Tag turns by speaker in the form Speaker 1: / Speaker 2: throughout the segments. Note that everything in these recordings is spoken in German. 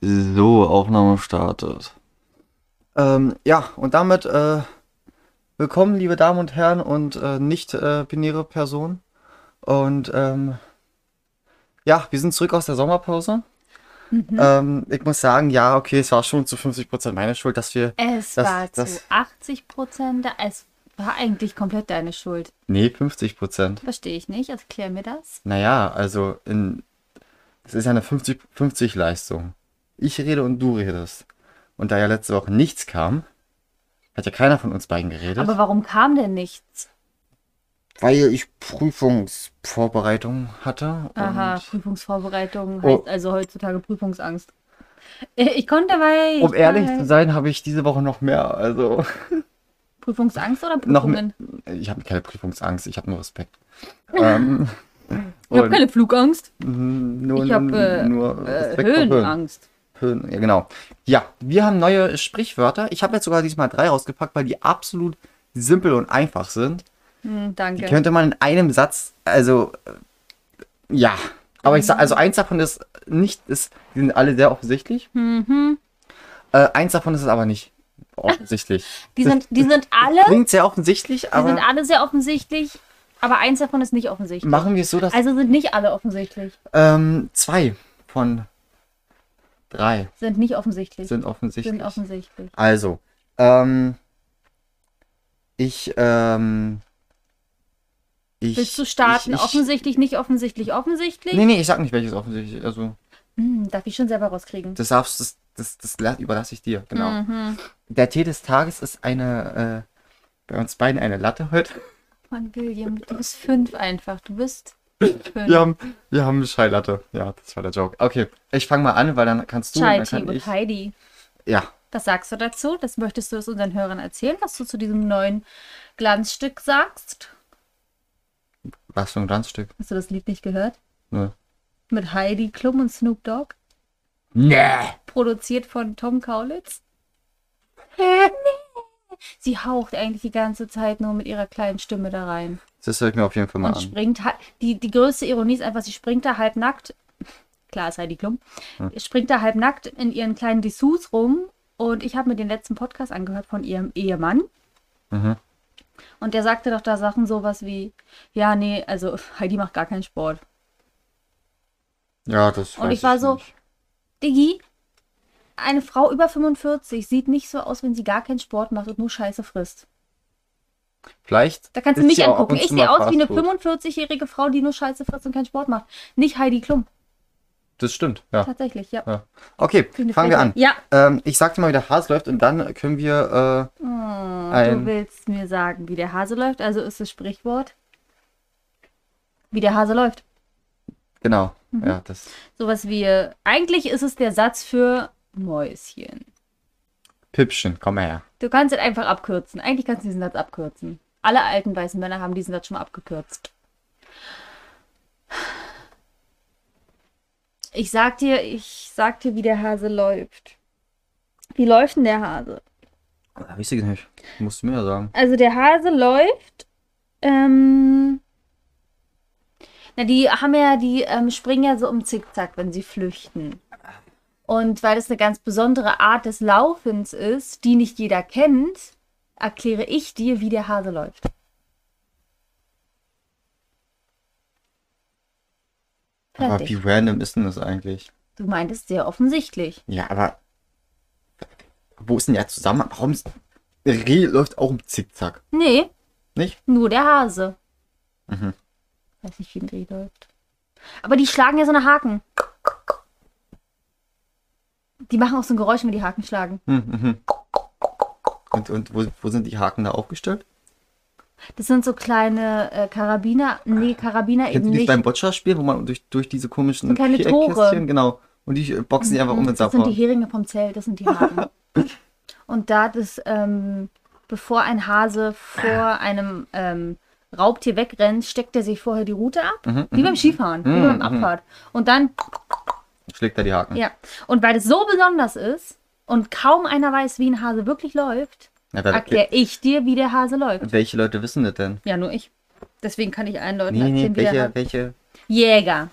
Speaker 1: So, Aufnahme startet.
Speaker 2: Ähm, ja, und damit äh, willkommen, liebe Damen und Herren und äh, nicht-binäre Personen. Und ähm, ja, wir sind zurück aus der Sommerpause. Ähm, ich muss sagen, ja, okay, es war schon zu 50% meine Schuld, dass wir.
Speaker 3: Es
Speaker 2: Das-
Speaker 3: war
Speaker 2: das-
Speaker 3: zu 80 Prozent. Es war eigentlich komplett deine Schuld.
Speaker 2: Nee, 50%.
Speaker 3: Verstehe ich nicht. Erklär mir das.
Speaker 2: Naja, also in. Es ist ja eine 50-50-Leistung. Ich rede und du redest. Und da ja letzte Woche nichts kam, hat ja keiner von uns beiden geredet.
Speaker 3: Aber warum kam denn nichts?
Speaker 2: weil ich Prüfungsvorbereitung hatte.
Speaker 3: Aha,
Speaker 2: Und
Speaker 3: Prüfungsvorbereitung
Speaker 2: Oh.
Speaker 3: heißt also heutzutage Prüfungsangst. Äh, Ich konnte weil.
Speaker 2: um ehrlich zu sein, habe ich diese Woche noch mehr. Also,
Speaker 3: Prüfungsangst oder
Speaker 2: noch mehr-
Speaker 3: Prüfungen?
Speaker 2: ich habe keine Prüfungsangst, ich habe nur Respekt. ähm,
Speaker 3: Ich habe keine Flugangst.
Speaker 2: Mm, Nur,
Speaker 3: Ich hab, äh,
Speaker 2: nur
Speaker 3: Äh,
Speaker 2: Respekt vor Höhen.
Speaker 3: Höhenangst.
Speaker 2: Höhen. Ja, genau. Ja, wir haben neue Sprichwörter. Ich habe jetzt sogar diesmal drei rausgepackt, weil die absolut simpel und einfach sind.
Speaker 3: Hm,
Speaker 2: Die
Speaker 3: danke.
Speaker 2: könnte man in einem Satz, also äh, ja. Aber ich sag, also eins davon ist nicht, ist, die sind alle sehr offensichtlich.
Speaker 3: Mhm.
Speaker 2: Äh, eins davon ist es aber nicht offensichtlich.
Speaker 3: Die sind, die sind alle, die
Speaker 2: Klingt sehr offensichtlich, aber
Speaker 3: sind alle sehr offensichtlich, aber eins davon ist nicht offensichtlich.
Speaker 2: machen wir es so, dass
Speaker 3: Also sind nicht alle offensichtlich.
Speaker 2: ähm, zwei von drei
Speaker 3: Sind nicht offensichtlich.
Speaker 2: sind offensichtlich.
Speaker 3: Sind offensichtlich.
Speaker 2: Also, ähm, ich, ähm, ich.
Speaker 3: Willst du starten?
Speaker 2: ich- ich-
Speaker 3: offensichtlich, nicht offensichtlich, offensichtlich?
Speaker 2: Nee, nee, ich sag nicht, welches offensichtlich. Also,
Speaker 3: Hm, darf ich schon selber rauskriegen.
Speaker 2: das darfst, das, das, das la- überlasse ich dir, genau.
Speaker 3: Mhm.
Speaker 2: Der Tee des Tages ist eine, äh, bei uns beiden eine Latte heute.
Speaker 3: Mann, William, du bist fünf einfach. Du bist fünf.
Speaker 2: Wir haben, wir haben eine Scheilatte. Ja, das war der Joke. Okay, ich fange mal an, weil dann kannst du, und
Speaker 3: Chai
Speaker 2: dann
Speaker 3: Tea
Speaker 2: kann ich.
Speaker 3: und Heidi.
Speaker 2: Ja,
Speaker 3: Was sagst du dazu? Das möchtest du es unseren Hörern erzählen, was du zu diesem neuen Glanzstück sagst?
Speaker 2: was für ein Glanzstück.
Speaker 3: Hast du das Lied nicht gehört?
Speaker 2: Ne.
Speaker 3: Mit Heidi Klum und Snoop Dogg,
Speaker 2: Nee.
Speaker 3: produziert von Tom Kaulitz. Sie haucht eigentlich die ganze Zeit nur mit ihrer kleinen Stimme da rein.
Speaker 2: Das höre ich mir auf jeden Fall mal
Speaker 3: Und
Speaker 2: an.
Speaker 3: springt halt. Die, die größte Ironie ist einfach, sie springt da halbnackt. Klar ist Heidi Klum.
Speaker 2: Hm.
Speaker 3: Springt da halbnackt in ihren kleinen Dessous rum. Und ich habe mir den letzten Podcast angehört von ihrem Ehemann.
Speaker 2: Mhm.
Speaker 3: Und der sagte doch da Sachen sowas wie: Ja, nee, also Heidi macht gar keinen Sport.
Speaker 2: Ja, das
Speaker 3: Und
Speaker 2: weiß
Speaker 3: ich war so-
Speaker 2: nicht.
Speaker 3: Diggi, eine Frau über 45 sieht nicht so aus, wenn sie gar keinen Sport macht und nur Scheiße frisst.
Speaker 2: Vielleicht.
Speaker 3: Da kannst du
Speaker 2: ist
Speaker 3: mich
Speaker 2: sie auch ab
Speaker 3: angucken.
Speaker 2: und
Speaker 3: Ich
Speaker 2: zu mal
Speaker 3: sehe aus wie eine
Speaker 2: Fastfood.
Speaker 3: 45-jährige Frau, die nur Scheiße frisst und keinen Sport macht. Nicht Heidi Klum.
Speaker 2: Das stimmt, ja.
Speaker 3: Tatsächlich, ja.
Speaker 2: ja. Okay,
Speaker 3: Wie eine
Speaker 2: fangen wir an.
Speaker 3: Frechheit. Ja.
Speaker 2: Ähm, ich sag dir mal, wie der Hase läuft und dann können wir. Äh,
Speaker 3: Oh,
Speaker 2: Ein-
Speaker 3: du willst mir sagen, wie der Hase läuft? Also ist das Sprichwort, wie der Hase läuft.
Speaker 2: genau.
Speaker 3: Mhm.
Speaker 2: Ja, das.
Speaker 3: Sowas wie, äh, eigentlich ist es der Satz für Mäuschen.
Speaker 2: Püppchen, komm her.
Speaker 3: Du kannst ihn einfach abkürzen. Eigentlich kannst du diesen Satz abkürzen. Alle alten weißen Männer haben diesen Satz schon mal abgekürzt. Ich sag dir, ich sag dir, wie der Hase läuft. Wie läuft denn der Hase?
Speaker 2: Ja, weiß ich nicht. Musst du mir ja sagen.
Speaker 3: Also der Hase läuft. Ähm, na, die haben ja, die ähm, springen ja so im Zickzack, wenn sie flüchten. Und weil das eine ganz besondere Art des Laufens ist, die nicht jeder kennt, erkläre ich dir, wie der Hase läuft.
Speaker 2: Aber wie
Speaker 3: Fertig.
Speaker 2: random ist denn das eigentlich?
Speaker 3: Du meintest sehr offensichtlich.
Speaker 2: Ja, aber. Wo ist denn der Zusammenhang? Warum ist. Der Reh läuft auch im Zickzack,
Speaker 3: Nee,
Speaker 2: nicht?
Speaker 3: nur der Hase.
Speaker 2: Mhm.
Speaker 3: Weiß nicht, wie ein Dreh läuft. Aber die schlagen ja so eine Haken. Die machen auch so ein Geräusch, wenn die Haken schlagen.
Speaker 2: Hm, mhm. Und, und wo, wo sind die Haken da aufgestellt?
Speaker 3: Das sind so kleine äh, Karabiner. Nee, Karabiner
Speaker 2: Kennst
Speaker 3: eben
Speaker 2: du das
Speaker 3: Äh, nicht.
Speaker 2: beim Boccia-Spiel, wo man durch, durch diese komischen
Speaker 3: So kleine Tore. Mhm,
Speaker 2: Viereckkästchen- genau. Und die boxen die einfach um mit
Speaker 3: das sind die
Speaker 2: Safran.
Speaker 3: Heringe vom Zelt, das sind die Haken. Und da das, ähm, bevor ein Hase vor einem ähm, Raubtier wegrennt, steckt er sich vorher die Route ab.
Speaker 2: Mhm,
Speaker 3: wie beim Skifahren, wie beim Abfahrt. Und dann,
Speaker 2: Schlägt da die Haken.
Speaker 3: ja. Und weil es so besonders ist und kaum einer weiß, wie ein Hase wirklich läuft,
Speaker 2: Na, wer-
Speaker 3: erkläre ich dir, wie der Hase läuft.
Speaker 2: welche Leute wissen das denn?
Speaker 3: Ja, nur ich. Deswegen kann ich allen Leuten
Speaker 2: Nee, nee,
Speaker 3: erzählen, wie der
Speaker 2: welche,
Speaker 3: Hase.
Speaker 2: welche.
Speaker 3: Jäger.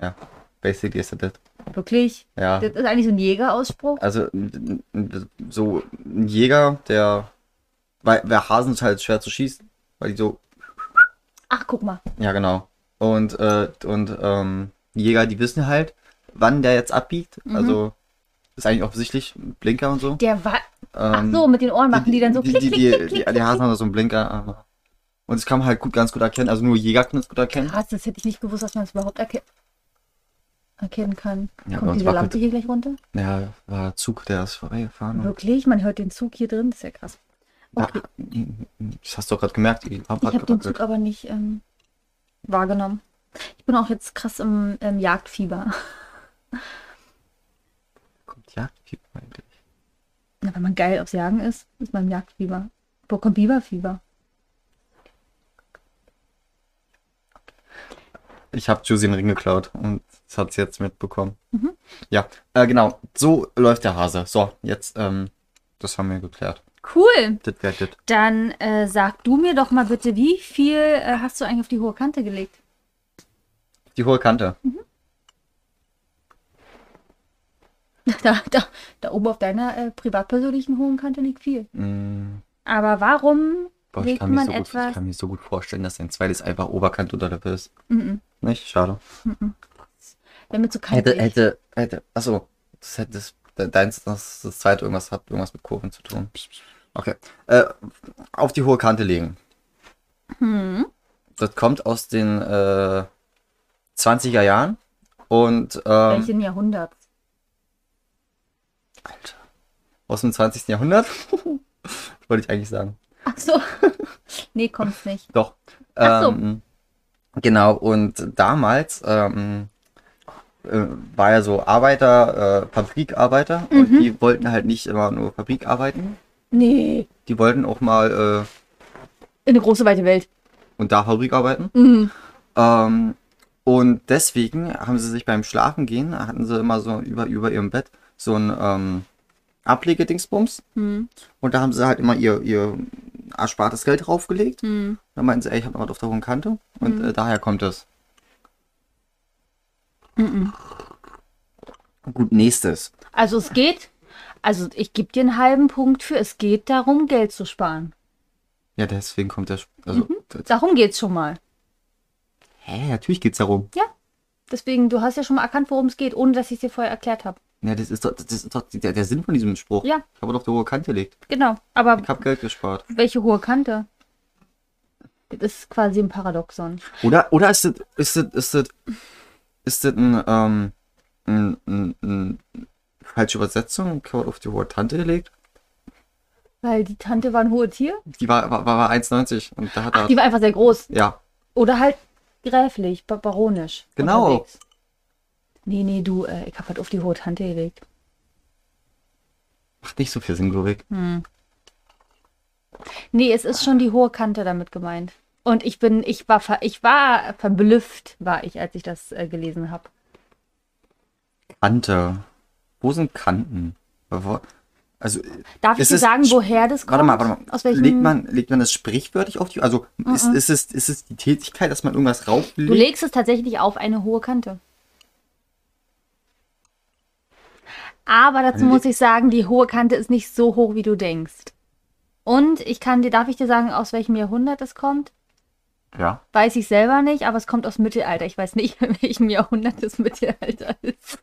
Speaker 2: Ja, basically ist das das.
Speaker 3: Wirklich?
Speaker 2: Ja.
Speaker 3: Das ist eigentlich so ein Jägerausspruch.
Speaker 2: Also n- n- so ein Jäger, der. Weil, weil Hasen ist halt schwer zu schießen, weil die so.
Speaker 3: Ach, guck mal.
Speaker 2: Ja, genau. Und, äh, und ähm, Jäger, die wissen halt, wann der jetzt abbiegt.
Speaker 3: Mhm.
Speaker 2: Also ist eigentlich offensichtlich ein Blinker und so.
Speaker 3: Der war. Ach
Speaker 2: Ähm,
Speaker 3: so, mit den Ohren machen die, dann so
Speaker 2: die,
Speaker 3: klick,
Speaker 2: die,
Speaker 3: klick,
Speaker 2: die,
Speaker 3: klick,
Speaker 2: die,
Speaker 3: klick.
Speaker 2: die Hasen haben da so einen Blinker. aber- Und das kann man halt gut, ganz gut erkennen. Also nur Jäger können das gut erkennen.
Speaker 3: Krass, das hätte ich nicht gewusst, dass man es überhaupt erke erkennen kann.
Speaker 2: Ja, bei
Speaker 3: Kommt
Speaker 2: uns
Speaker 3: diese
Speaker 2: wackelt.
Speaker 3: Lampe hier gleich runter?
Speaker 2: Ja, war der Zug, der ist vorbeigefahren. und-
Speaker 3: Wirklich? Man hört den Zug hier drin? Das ist ja krass. Okay.
Speaker 2: Das hast du doch gerade gemerkt. Die Lampe
Speaker 3: Ich
Speaker 2: hat
Speaker 3: habe den Zug
Speaker 2: gewackelt.
Speaker 3: aber nicht ähm, wahrgenommen. Ich bin auch jetzt krass im, im Jagdfieber.
Speaker 2: Kommt Jagdfieber eigentlich?
Speaker 3: Na, wenn man geil aufs Jagen ist, ist man im Jagdfieber. Wo kommt Biberfieber?
Speaker 2: Ich habe Josie den Ring geklaut und das hat sie jetzt mitbekommen.
Speaker 3: Mhm.
Speaker 2: Ja, äh, genau. So läuft der Hase. So, jetzt, ähm, das haben wir geklärt.
Speaker 3: Cool.
Speaker 2: Das wär das.
Speaker 3: Dann äh, sag du mir doch mal bitte, wie viel äh, hast du eigentlich auf die hohe Kante gelegt?
Speaker 2: Die hohe Kante.
Speaker 3: Da, da, da oben auf deiner äh, privatpersönlichen hohen Kante liegt viel.
Speaker 2: Mm,
Speaker 3: Aber warum
Speaker 2: boah, ich
Speaker 3: legt
Speaker 2: kann, mir
Speaker 3: man
Speaker 2: so gut, ich
Speaker 3: etwas?
Speaker 2: kann mir so gut vorstellen, dass dein zweites einfach Oberkante unter der ist.
Speaker 3: Mhm.
Speaker 2: Nicht? Schade.
Speaker 3: Wenn man zu kalt
Speaker 2: Hätte,
Speaker 3: ist.
Speaker 2: hätte, hätte. Achso, das hätte das, deins, das, das zweite irgendwas hat irgendwas mit Kurven zu tun. Okay. Äh, auf die hohe Kante legen.
Speaker 3: Hm.
Speaker 2: Das kommt aus den äh, 20er Jahren. Und ähm,
Speaker 3: Welchen Jahrhundert?
Speaker 2: Alter. Aus dem 20. Jahrhundert? Wollte ich eigentlich sagen.
Speaker 3: Ach so. nee, kommt's nicht.
Speaker 2: Doch.
Speaker 3: Ach so.
Speaker 2: Ähm, genau, und damals ähm, äh, war ja so Arbeiter, äh, Fabrikarbeiter, und
Speaker 3: Mhm.
Speaker 2: die wollten halt nicht immer nur Fabrik arbeiten.
Speaker 3: Nee.
Speaker 2: Die wollten auch mal äh,
Speaker 3: In eine große weite Welt.
Speaker 2: und da Fabrik arbeiten.
Speaker 3: Mhm.
Speaker 2: Ähm, und deswegen haben sie sich beim Schlafen gehen, hatten sie immer so über, über ihrem Bett so ein ähm, Ablegedingsbums.
Speaker 3: Hm.
Speaker 2: Und da haben sie halt immer ihr, ihr erspartes Geld draufgelegt.
Speaker 3: Hm.
Speaker 2: Dann meinten sie, ey, ich habe noch was auf der hohen Kante. Und äh, daher kommt es.
Speaker 3: Mhm.
Speaker 2: Gut, nächstes.
Speaker 3: Also es geht, also ich gebe dir einen halben Punkt für, es geht darum, Geld zu sparen.
Speaker 2: Ja, deswegen kommt der. Sp- Also,
Speaker 3: Mhm.
Speaker 2: das-
Speaker 3: Darum geht's schon mal.
Speaker 2: hä, natürlich geht's darum.
Speaker 3: Deswegen, du hast ja schon mal erkannt, worum es geht, ohne dass ich es dir vorher erklärt habe.
Speaker 2: Ja, das ist doch, das ist doch der, der Sinn von diesem Spruch.
Speaker 3: Ja.
Speaker 2: Ich habe auf der hohe Kante gelegt.
Speaker 3: Genau. Aber
Speaker 2: Ich habe Geld gespart.
Speaker 3: welche hohe Kante? Das ist quasi ein Paradoxon.
Speaker 2: Oder, oder ist das, ist das, ist das, ist das ein, ähm, ein, ein, ein, falsche Übersetzung? Ich habe auf die hohe Tante gelegt.
Speaker 3: Weil die Tante war ein hohes Tier.
Speaker 2: Die war, war, war 1,90 und da hat
Speaker 3: Ach,
Speaker 2: er.
Speaker 3: die war einfach sehr groß.
Speaker 2: Ja.
Speaker 3: Oder halt gräflich, ba- baronisch.
Speaker 2: Genau.
Speaker 3: Unterwegs. Nee, nee, du, äh, ich hab halt auf die hohe Tante gelegt.
Speaker 2: Macht nicht so viel Sinn, glaube ich.
Speaker 3: Hm. Nee, es ist schon die hohe Kante damit gemeint. Und ich bin, ich war, ver, ich war verblüfft, war ich, als ich das äh, gelesen habe.
Speaker 2: Kante. Wo sind Kanten? Wo- Also,
Speaker 3: Darf ich
Speaker 2: Es
Speaker 3: dir
Speaker 2: ist
Speaker 3: sagen,
Speaker 2: sch-
Speaker 3: woher das kommt?
Speaker 2: warte mal, warte mal.
Speaker 3: Aus welchem? Mhm.
Speaker 2: Legt, man, legt man das sprichwörtlich auf die? Also, ist, ist, es, ist es die Tätigkeit, dass man irgendwas
Speaker 3: du
Speaker 2: rauflegt?
Speaker 3: legst es tatsächlich auf eine hohe Kante. Aber dazu muss ich sagen, die hohe Kante ist nicht so hoch, wie du denkst. Und ich kann dir, darf ich dir sagen, aus welchem Jahrhundert es kommt?
Speaker 2: Ja.
Speaker 3: Weiß ich selber nicht, aber es kommt aus dem Mittelalter. Ich weiß nicht, in welchem Jahrhundert das Mittelalter ist.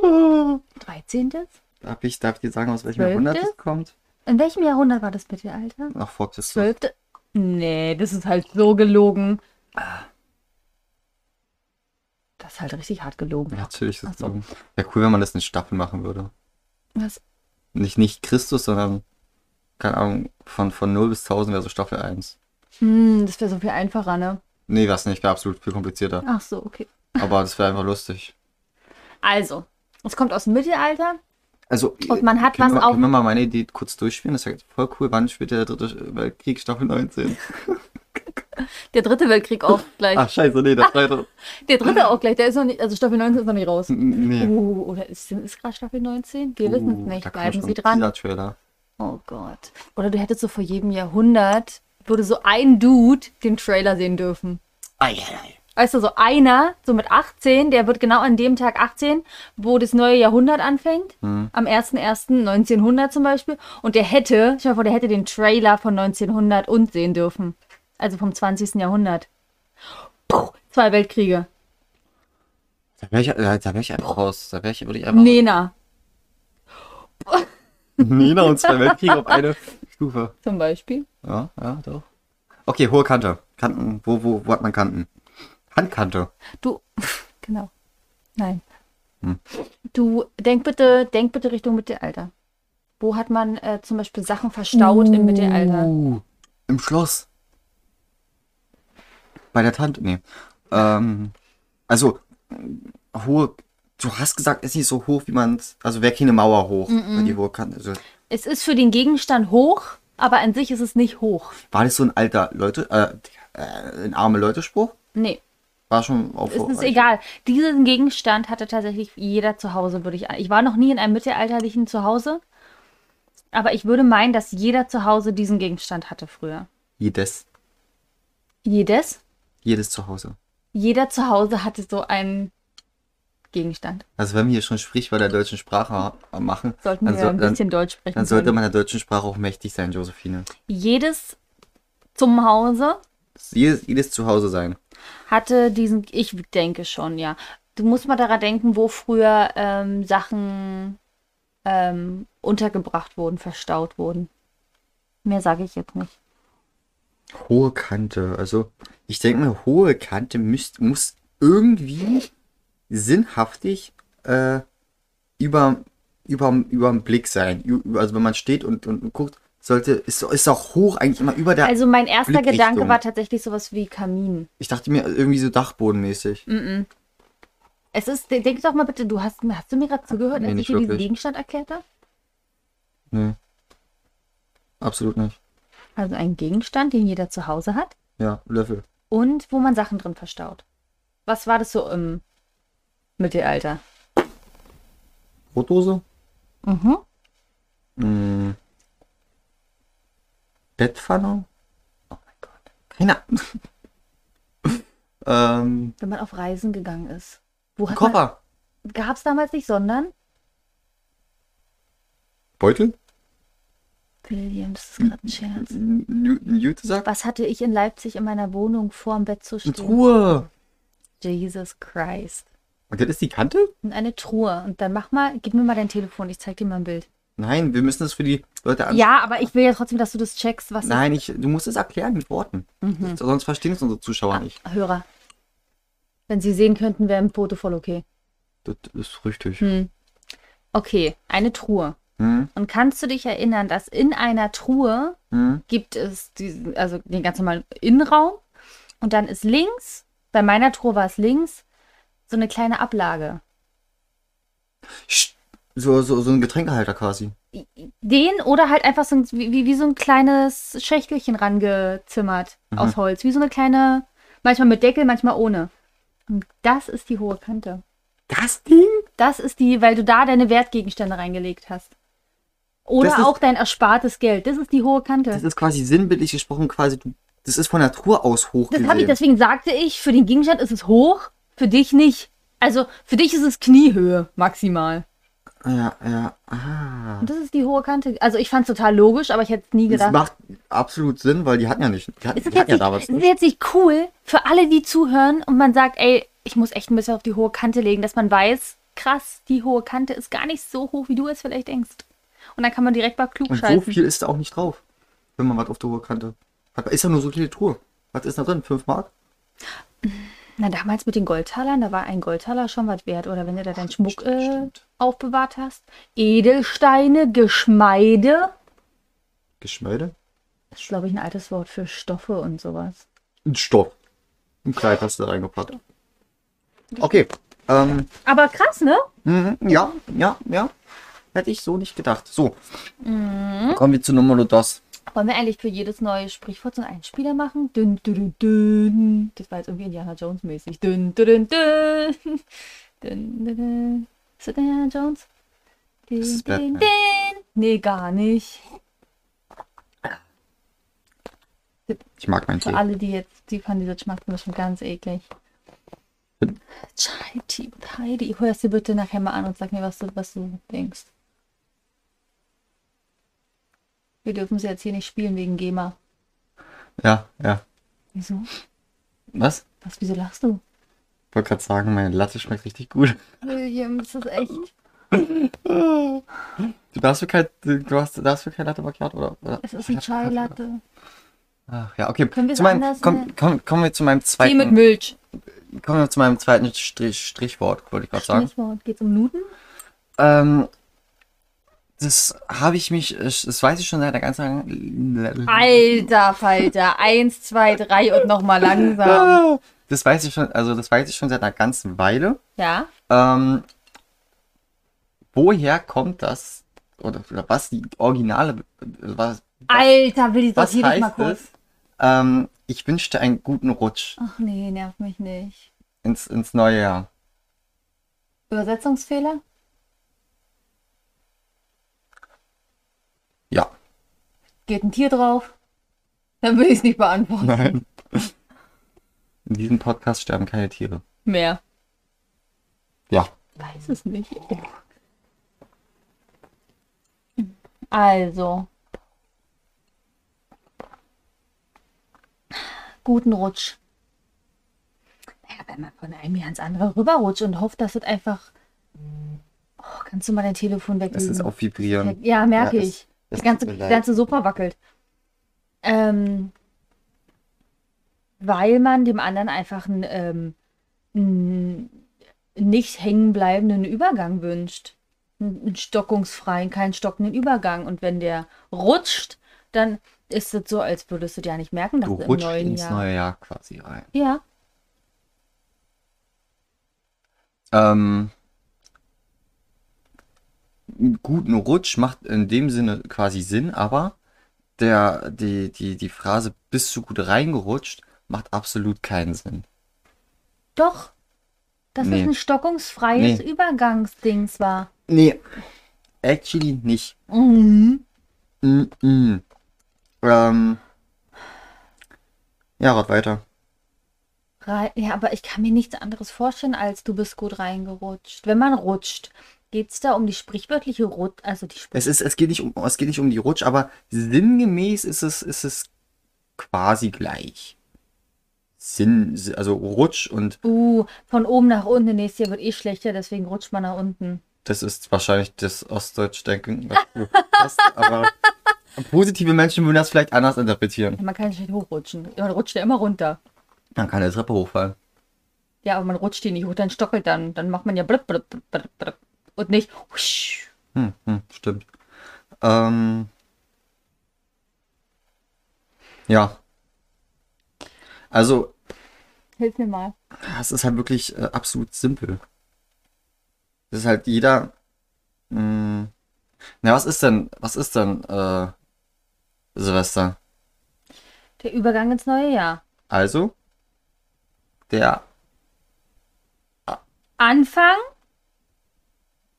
Speaker 3: 13.
Speaker 2: Darf ich, darf ich dir sagen, aus welchem
Speaker 3: Zwölfte?
Speaker 2: Jahrhundert das kommt?
Speaker 3: In welchem Jahrhundert war das Mittelalter?
Speaker 2: Ach, vor Christus.
Speaker 3: Zwölfte? Nee, das ist halt so gelogen. Das ist halt richtig hart gelogen.
Speaker 2: Ja, natürlich.
Speaker 3: Ach
Speaker 2: Das
Speaker 3: so.
Speaker 2: so. Wäre cool, wenn man das in Staffeln machen würde.
Speaker 3: Was?
Speaker 2: Nicht, nicht Christus, sondern, keine Ahnung, von, von 0 bis 1000 wäre so Staffel 1.
Speaker 3: Hm, das wäre so viel einfacher, ne?
Speaker 2: Nee, was nicht, wäre absolut viel komplizierter.
Speaker 3: Ach so, okay.
Speaker 2: Aber das wäre einfach lustig.
Speaker 3: Also, es kommt aus dem Mittelalter.
Speaker 2: Also,
Speaker 3: Und man hat
Speaker 2: können
Speaker 3: was
Speaker 2: wir, mal-
Speaker 3: auf-
Speaker 2: Können wir mal meine Idee kurz durchspielen? Das wäre voll cool. Wann spielt der dritte Weltkrieg Staffel 19?
Speaker 3: Der dritte Weltkrieg auch gleich.
Speaker 2: Ach, scheiße, nee, das war doch.
Speaker 3: Der dritte auch gleich. Der ist noch nicht, also Staffel 19 ist noch nicht raus.
Speaker 2: Nee.
Speaker 3: Uh, oder ist, ist gerade Staffel 19? Wir wissen es
Speaker 2: Uh, da
Speaker 3: nicht.
Speaker 2: kommt
Speaker 3: Bleiben
Speaker 2: schon
Speaker 3: Sie dran.
Speaker 2: Dieser Trailer.
Speaker 3: Oh Gott. Oder du hättest so vor jedem Jahrhundert, würde so ein Dude den Trailer sehen dürfen.
Speaker 2: Ei, ei, ei.
Speaker 3: Weißt du, so einer, so mit 18, der wird genau an dem Tag 18, wo das neue Jahrhundert anfängt. Am 1.1.1900 zum Beispiel. Und der hätte, ich mal vor, der hätte den Trailer von 1900 und sehen dürfen. Also vom 20. Jahrhundert. Puh, zwei Weltkriege.
Speaker 2: Da wäre ich, da, da wär ich einfach raus. Da wär ich, würde ich einfach
Speaker 3: Nena
Speaker 2: Nina und zwei Weltkriege auf eine Stufe.
Speaker 3: zum Beispiel.
Speaker 2: Ja, ja, doch. Okay, hohe Kante. Kanten, wo, wo, wo hat man Kanten? Handkante.
Speaker 3: Du, genau. Nein. Du, denk bitte, denk bitte Richtung Mittelalter. Wo hat man äh, zum Beispiel Sachen verstaut im Mittelalter?
Speaker 2: Uh, Im Schloss. Bei der Tante, nee. Ähm, also, mh, hohe, du hast gesagt, ist nicht so hoch, wie man es, also wäre keine Mauer hoch, weil die hohe Kante. Also,
Speaker 3: Es ist für den Gegenstand hoch, aber an sich ist es nicht hoch.
Speaker 2: war das so ein alter Leute, äh, äh, ein arme Leute-Spruch?
Speaker 3: Nee,
Speaker 2: War schon auf
Speaker 3: es ist egal. Diesen Gegenstand hatte tatsächlich jeder zu Hause, würde ich an- Ich war noch nie in einem mittelalterlichen Zuhause, aber ich würde meinen, dass jeder zu Hause diesen Gegenstand hatte früher.
Speaker 2: Jedes,
Speaker 3: Jedes,
Speaker 2: jedes Zuhause.
Speaker 3: jeder zu Hause hatte so einen Gegenstand.
Speaker 2: Also wenn wir hier schon Sprichwörter der deutschen Sprache machen,
Speaker 3: Sollten
Speaker 2: dann,
Speaker 3: wir
Speaker 2: so-
Speaker 3: ein
Speaker 2: Also dann,
Speaker 3: bisschen Deutsch sprechen.
Speaker 2: dann sollte
Speaker 3: können.
Speaker 2: man der deutschen Sprache auch mächtig sein, Josephine.
Speaker 3: jedes zum Hause
Speaker 2: Jedes, jedes Zuhause sein.
Speaker 3: hatte diesen, ich denke schon, ja. Du musst mal daran denken, wo früher ähm, Sachen ähm, untergebracht wurden, verstaut wurden. Mehr sage ich jetzt nicht.
Speaker 2: Hohe Kante. Also, ich denke mir, hohe Kante müsst, muss irgendwie sinnhaftig äh, über, über, über dem Blick sein. Ü- über- Also, wenn man steht und, und, und guckt, sollte, ist, ist auch hoch eigentlich immer über der.
Speaker 3: Also mein erster
Speaker 2: Blickrichtung.
Speaker 3: Gedanke war tatsächlich sowas wie Kamin.
Speaker 2: ich dachte mir irgendwie so dachbodenmäßig.
Speaker 3: Es ist, denk doch mal bitte, du hast, hast du mir gerade zugehört,
Speaker 2: Nee,
Speaker 3: als ich
Speaker 2: nicht
Speaker 3: dir diesen
Speaker 2: wirklich.
Speaker 3: Gegenstand erklärt habe?
Speaker 2: Nee. Absolut nicht.
Speaker 3: Also ein Gegenstand, den jeder zu Hause hat
Speaker 2: Ja, Löffel.
Speaker 3: und wo man Sachen drin verstaut. Was war das so im Mittelalter?
Speaker 2: Brotdose?
Speaker 3: Mhm.
Speaker 2: Mm. Bettpfanne? Oh mein Gott. Keine Ahnung. ähm,
Speaker 3: Wenn man auf Reisen gegangen ist. Wo hat man,
Speaker 2: Koffer.
Speaker 3: gab es damals nicht, sondern
Speaker 2: Beutel?
Speaker 3: William, das ist gerade ein Scherz.
Speaker 2: Ein Jutesack?
Speaker 3: Was hatte ich in Leipzig in meiner Wohnung vorm Bett zu
Speaker 2: Eine
Speaker 3: stehen?
Speaker 2: Truhe.
Speaker 3: Jesus Christ.
Speaker 2: Und das ist die Kante?
Speaker 3: Und eine Truhe. Und dann mach mal, gib mir mal dein Telefon, ich zeig dir mal ein Bild.
Speaker 2: Nein, wir müssen das für die Leute anschauen.
Speaker 3: Ja, aber ich will ja trotzdem, dass du das checkst, was
Speaker 2: Nein, ich, du musst es erklären mit Worten.
Speaker 3: Mhm.
Speaker 2: Sonst verstehen es unsere Zuschauer nicht.
Speaker 3: ist. Hörer. Wenn sie sehen könnten, wäre ein Foto voll okay.
Speaker 2: Das ist richtig.
Speaker 3: Hm. Okay, eine Truhe.
Speaker 2: Hm?
Speaker 3: Und kannst du dich erinnern, dass in einer Truhe
Speaker 2: Hm?
Speaker 3: gibt es diesen, also den ganz normalen Innenraum. Und dann ist links, bei meiner Truhe war es links, so eine kleine Ablage.
Speaker 2: Sch- So, so, so ein Getränkehalter quasi.
Speaker 3: Den oder halt einfach so ein, wie, wie- wie so ein kleines Schächtelchen rangezimmert
Speaker 2: Mhm.
Speaker 3: aus Holz. Wie so eine kleine, manchmal mit Deckel, manchmal ohne. Und das ist die hohe Kante.
Speaker 2: Das Ding?
Speaker 3: Das ist die, weil du da deine Wertgegenstände reingelegt hast.
Speaker 2: Das
Speaker 3: Oder
Speaker 2: ist-
Speaker 3: auch dein erspartes Geld. Das ist die hohe Kante.
Speaker 2: Das ist quasi sinnbildlich gesprochen quasi, du, das ist von Natur aus hoch
Speaker 3: Das habe ich,
Speaker 2: gesehen.
Speaker 3: deswegen sagte ich, für den Gegenstand ist es hoch, für dich nicht. Also für dich ist es Kniehöhe maximal.
Speaker 2: Ja, ja, ah.
Speaker 3: Und das ist die hohe Kante. Also ich fand es total logisch, aber ich hätte es nie
Speaker 2: Das
Speaker 3: gedacht.
Speaker 2: macht absolut Sinn, weil die hatten ja nicht. Die hatten,
Speaker 3: Ist es
Speaker 2: die
Speaker 3: jetzt,
Speaker 2: hatten ja
Speaker 3: nicht,
Speaker 2: damals
Speaker 3: ist es
Speaker 2: nicht.
Speaker 3: jetzt nicht cool für alle, die zuhören und man sagt, ey, ich muss echt ein bisschen auf die hohe Kante legen, dass man weiß, krass, die hohe Kante ist gar nicht so hoch, wie du es vielleicht denkst. Und dann kann man direkt mal klug
Speaker 2: Und so
Speaker 3: scheißen.
Speaker 2: viel ist da auch nicht drauf, wenn man was auf der hohen Kante. Hat- Ist ja nur so eine kleine Truhe. Was ist da drin? Fünf Mark?
Speaker 3: Na, damals mit den Goldtalern, da war ein Goldtaler schon was wert. Oder wenn du da deinen Schmuck
Speaker 2: stimmt,
Speaker 3: äh,
Speaker 2: stimmt.
Speaker 3: aufbewahrt hast. Edelsteine, Geschmeide.
Speaker 2: Geschmelde?
Speaker 3: Das ist, glaube ich, ein altes Wort für Stoffe und sowas.
Speaker 2: Ein Stoff. Ein Kleid hast du da reingepackt. Okay. Ähm,
Speaker 3: Aber krass, ne?
Speaker 2: mhm, ja, ja, ja. Hätte ich so nicht gedacht. So. Kommen wir zu Nummer Dos.
Speaker 3: Wollen wir eigentlich für jedes neue Sprichwort so einen Einspieler machen? Dün, dün, dün, dün. Das war jetzt irgendwie Indiana Jones mäßig. Dün, dün, dün, dün. Dün, dün, dün. Ist das Indiana Jones? Dün,
Speaker 2: Das ist
Speaker 3: dün,
Speaker 2: Batman.
Speaker 3: dün. Nee, gar nicht.
Speaker 2: Ich mag meinen Tee.
Speaker 3: Für alle, die jetzt, die fanden diese Schmack bestimmt ganz eklig.
Speaker 2: Hm.
Speaker 3: Charity und Heidi. Hör es dir bitte nachher mal an und sag mir, was du, was du denkst. Wir dürfen sie jetzt hier nicht spielen wegen GEMA.
Speaker 2: Ja, ja.
Speaker 3: Wieso?
Speaker 2: Was?
Speaker 3: Was, wieso lachst du?
Speaker 2: Ich wollte gerade sagen, meine Latte schmeckt richtig gut.
Speaker 3: William, ist das echt?
Speaker 2: Du darfst für kein, du hast, darfst für kein Latte Macchiato, oder? oder?
Speaker 3: Es ist ein Chai-Latte.
Speaker 2: Ach ja, okay.
Speaker 3: Können wir
Speaker 2: zu
Speaker 3: es
Speaker 2: meinem,
Speaker 3: anders
Speaker 2: komm,
Speaker 3: nennen?
Speaker 2: komm, kommen wir zu meinem
Speaker 3: Tee mit
Speaker 2: zweiten,
Speaker 3: Milch.
Speaker 2: kommen wir zu meinem zweiten Strich, Strichwort, wollte ich gerade sagen.
Speaker 3: Stichwort. Geht's um Nuden?
Speaker 2: Ähm, das habe ich mich, ich- das weiß ich schon seit der ganzen langen-
Speaker 3: Alter Falter. Eins, zwei, drei und nochmal langsam.
Speaker 2: Ah, Das weiß ich schon, also das weiß ich schon seit einer ganzen Weile.
Speaker 3: Ja?
Speaker 2: Ähm, woher kommt das? Oder, oder was die originale, was,
Speaker 3: Alter, will ich das
Speaker 2: was
Speaker 3: jedes Mal
Speaker 2: heißt
Speaker 3: kurz.
Speaker 2: es? Ähm, ich wünschte einen guten Rutsch
Speaker 3: Ach nee, nerv mich nicht.
Speaker 2: ins, ins neue Jahr.
Speaker 3: Übersetzungsfehler?
Speaker 2: Ja.
Speaker 3: Geht ein Tier drauf? Dann will ich es nicht beantworten.
Speaker 2: Nein. In diesem Podcast sterben keine Tiere.
Speaker 3: Mehr.
Speaker 2: Ja.
Speaker 3: Weiß es nicht. Also. Guten Rutsch. Naja, wenn man von einem Jahr ins andere rüberrutscht und hofft, dass es einfach. Oh, kannst du mal dein Telefon
Speaker 2: Es ist
Speaker 3: weglegen?
Speaker 2: auf Vibrieren.
Speaker 3: Hm. Ja, merke
Speaker 2: Ja, es-
Speaker 3: ich.
Speaker 2: es
Speaker 3: die ganze,
Speaker 2: tut mir
Speaker 3: die
Speaker 2: leid.
Speaker 3: ganze Sofa wackelt. Ähm, weil man dem anderen einfach einen, ähm, einen nicht hängenbleibenden Übergang wünscht. Einen einen stockungsfreien, keinen stockenden Übergang. Und wenn der rutscht, dann ist es so, als würdest du dir ja nicht merken, dass
Speaker 2: Du
Speaker 3: du, im
Speaker 2: rutschst
Speaker 3: neuen
Speaker 2: ins
Speaker 3: Jahr.
Speaker 2: neue Jahr quasi rein.
Speaker 3: Ja,
Speaker 2: Ähm, einen guten Rutsch macht in dem Sinne quasi Sinn, aber der, die, die, die Phrase bist du gut reingerutscht macht absolut keinen Sinn.
Speaker 3: doch. Dass
Speaker 2: Nee.
Speaker 3: es ein stockungsfreies
Speaker 2: Nee.
Speaker 3: Übergangsdings war.
Speaker 2: Nee. Actually nicht.
Speaker 3: Mhm.
Speaker 2: Mm -mm. Ähm, ja, rat weiter.
Speaker 3: Rei- Ja, aber ich kann mir nichts anderes vorstellen, als du bist gut reingerutscht. Wenn man rutscht, geht's da um die sprichwörtliche Rut, also die Spr
Speaker 2: Es ist, es geht nicht um, es geht nicht um die Rutsch, aber sinngemäß ist es, ist es quasi gleich. Sinn, also Rutsch und
Speaker 3: Uh, von oben nach unten. Nächstes Jahr wird eh schlechter, deswegen rutscht man nach unten.
Speaker 2: Das ist wahrscheinlich das Ostdeutsch-Denken, was du hast, aber positive Menschen würden das vielleicht anders interpretieren.
Speaker 3: Ja, Man kann nicht schlecht hochrutschen. Man rutscht ja immer runter.
Speaker 2: Man kann eine Treppe hochfallen.
Speaker 3: Ja, aber man rutscht die nicht hoch, dann stockelt dann. Dann macht man ja blub, blub, blub, blub, blub. Und nicht. husch.
Speaker 2: Hm, hm, stimmt. Ähm, ja. Also,
Speaker 3: Hilf mir mal.
Speaker 2: es ist halt wirklich äh, absolut simpel. Es ist halt jeder. Mh, na, was ist denn, was ist denn äh, Silvester?
Speaker 3: Der Übergang ins neue Jahr.
Speaker 2: Also, der,
Speaker 3: Anfang,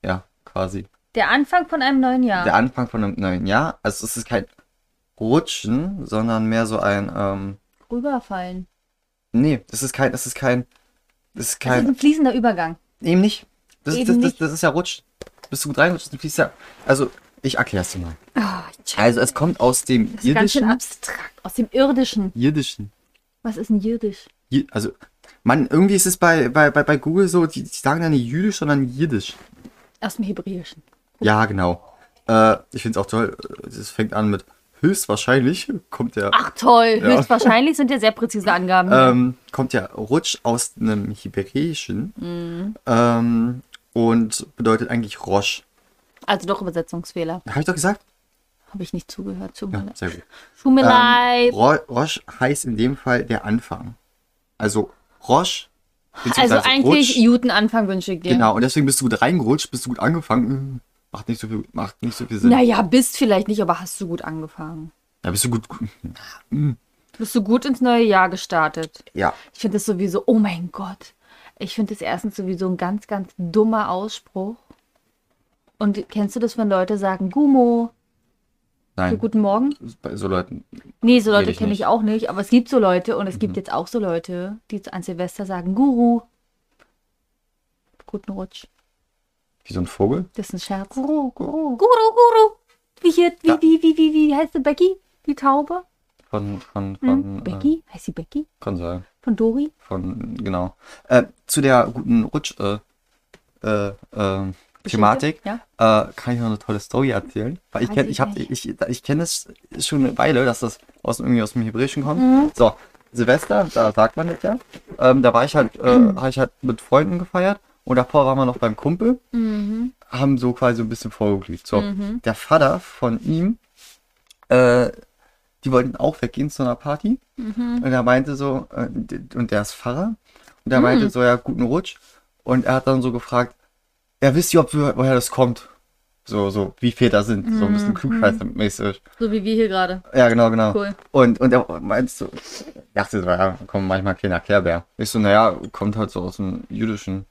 Speaker 2: ja, quasi.
Speaker 3: der Anfang von einem neuen Jahr.
Speaker 2: der Anfang von einem neuen Jahr. Also es ist kein Rutschen, sondern mehr so ein, ähm,
Speaker 3: Rüberfallen.
Speaker 2: nee, das ist kein, das ist kein, das ist
Speaker 3: Das ist
Speaker 2: kein,
Speaker 3: ein fließender Übergang.
Speaker 2: eben nicht. Das,
Speaker 3: Also, Eben
Speaker 2: das, das,
Speaker 3: nicht.
Speaker 2: das ist ja Rutsch. Bist du gut reingerutscht, dann fließt ja. Also, ich erklär's dir mal.
Speaker 3: Oh, ich
Speaker 2: Also, es kommt aus dem
Speaker 3: das ist ganz schön
Speaker 2: Irdischen.
Speaker 3: abstrakt. Aus dem Irdischen.
Speaker 2: Irdischen.
Speaker 3: Was ist denn Jiddisch?
Speaker 2: Ji- Also, man, irgendwie ist es bei, bei, bei, bei Google so, die, die sagen dann nicht Jüdisch, sondern Jiddisch.
Speaker 3: Aus dem Hebräischen.
Speaker 2: Ja, genau. Äh, ich find's auch toll. äh, Es fängt an mit höchstwahrscheinlich kommt der
Speaker 3: Ach toll,
Speaker 2: Ja.
Speaker 3: höchstwahrscheinlich sind ja sehr präzise Angaben.
Speaker 2: ähm, kommt ja Rutsch aus einem Hebräischen
Speaker 3: Mhm.
Speaker 2: ähm, und bedeutet eigentlich Rosch.
Speaker 3: also doch Übersetzungsfehler.
Speaker 2: Habe ich doch gesagt?
Speaker 3: Habe ich nicht zugehört. Tut mir
Speaker 2: Ja,
Speaker 3: leid.
Speaker 2: sehr gut.
Speaker 3: Tut mir
Speaker 2: Ähm,
Speaker 3: leid.
Speaker 2: Ro Rosch heißt in dem Fall der Anfang. Also Rosch.
Speaker 3: Also
Speaker 2: beziehungsweise
Speaker 3: eigentlich
Speaker 2: Rutsch,
Speaker 3: guten Anfang wünsche ich dir.
Speaker 2: Genau, und deswegen bist du gut reingerutscht, bist du gut angefangen. Macht nicht so viel, macht nicht so viel Sinn.
Speaker 3: Naja, bist vielleicht nicht, aber hast du gut angefangen.
Speaker 2: Da bist du gut.
Speaker 3: Bist du gut ins neue Jahr gestartet.
Speaker 2: Ja.
Speaker 3: Ich finde das sowieso, oh mein Gott. Ich finde das erstens sowieso ein ganz, ganz dummer Ausspruch. Und kennst du das, wenn Leute sagen, Gumo, für
Speaker 2: Nein.
Speaker 3: guten Morgen?
Speaker 2: Bei so Leuten.
Speaker 3: Nee, so Leute
Speaker 2: Ehrlich
Speaker 3: kenne ich
Speaker 2: nicht. Mhm.
Speaker 3: auch nicht, aber es gibt so Leute und es gibt jetzt auch so Leute, die zu- an Silvester sagen Guru. Guten Rutsch.
Speaker 2: Wie so ein Vogel?
Speaker 3: Das ist ein Scherz.
Speaker 2: Guru,
Speaker 3: Guru, Guru. Wie hier, wie,
Speaker 2: Ja.
Speaker 3: wie, wie, wie, wie heißt sie Becky? Die Taube?
Speaker 2: Von, von,
Speaker 3: Hm?
Speaker 2: von, äh,
Speaker 3: Becky? Heißt sie Becky?
Speaker 2: kann sein.
Speaker 3: Von Dori?
Speaker 2: Von, genau. Äh, zu der guten Rutsch, äh, äh, ähm, Thematik.
Speaker 3: Ja.
Speaker 2: äh, kann ich noch eine tolle Story erzählen? Weil ich
Speaker 3: Weiß
Speaker 2: kenne ich
Speaker 3: ich
Speaker 2: hab,
Speaker 3: nicht.
Speaker 2: ich, ich kenn es schon eine Weile, dass das aus, irgendwie aus dem Hebräischen kommt.
Speaker 3: Mhm.
Speaker 2: So, Silvester, da sagt man das ja. Ähm, da war ich halt,
Speaker 3: Mhm.
Speaker 2: äh, habe ich halt mit Freunden gefeiert und davor waren wir noch beim Kumpel,
Speaker 3: Mhm.
Speaker 2: haben so quasi so ein bisschen vorgeglüht. So, der Vater von ihm, äh, die wollten auch weggehen zu einer Party.
Speaker 3: Mhm.
Speaker 2: Und er meinte so, äh, d- und der ist Pfarrer. Und er
Speaker 3: Mhm.
Speaker 2: meinte so, ja, guten Rutsch. Und er hat dann so gefragt, ja, wisst ihr, ob, woher das kommt? So, so, wie viel da sind. So ein
Speaker 3: Mhm,
Speaker 2: bisschen klugscheißermäßig.
Speaker 3: So wie wir hier gerade.
Speaker 2: Ja, genau, genau.
Speaker 3: Cool.
Speaker 2: Und, und er meinst du, dachte so, ja, kommt manchmal kleiner Erklärbär. Ich so, naja, kommt halt so aus dem Jüdischen.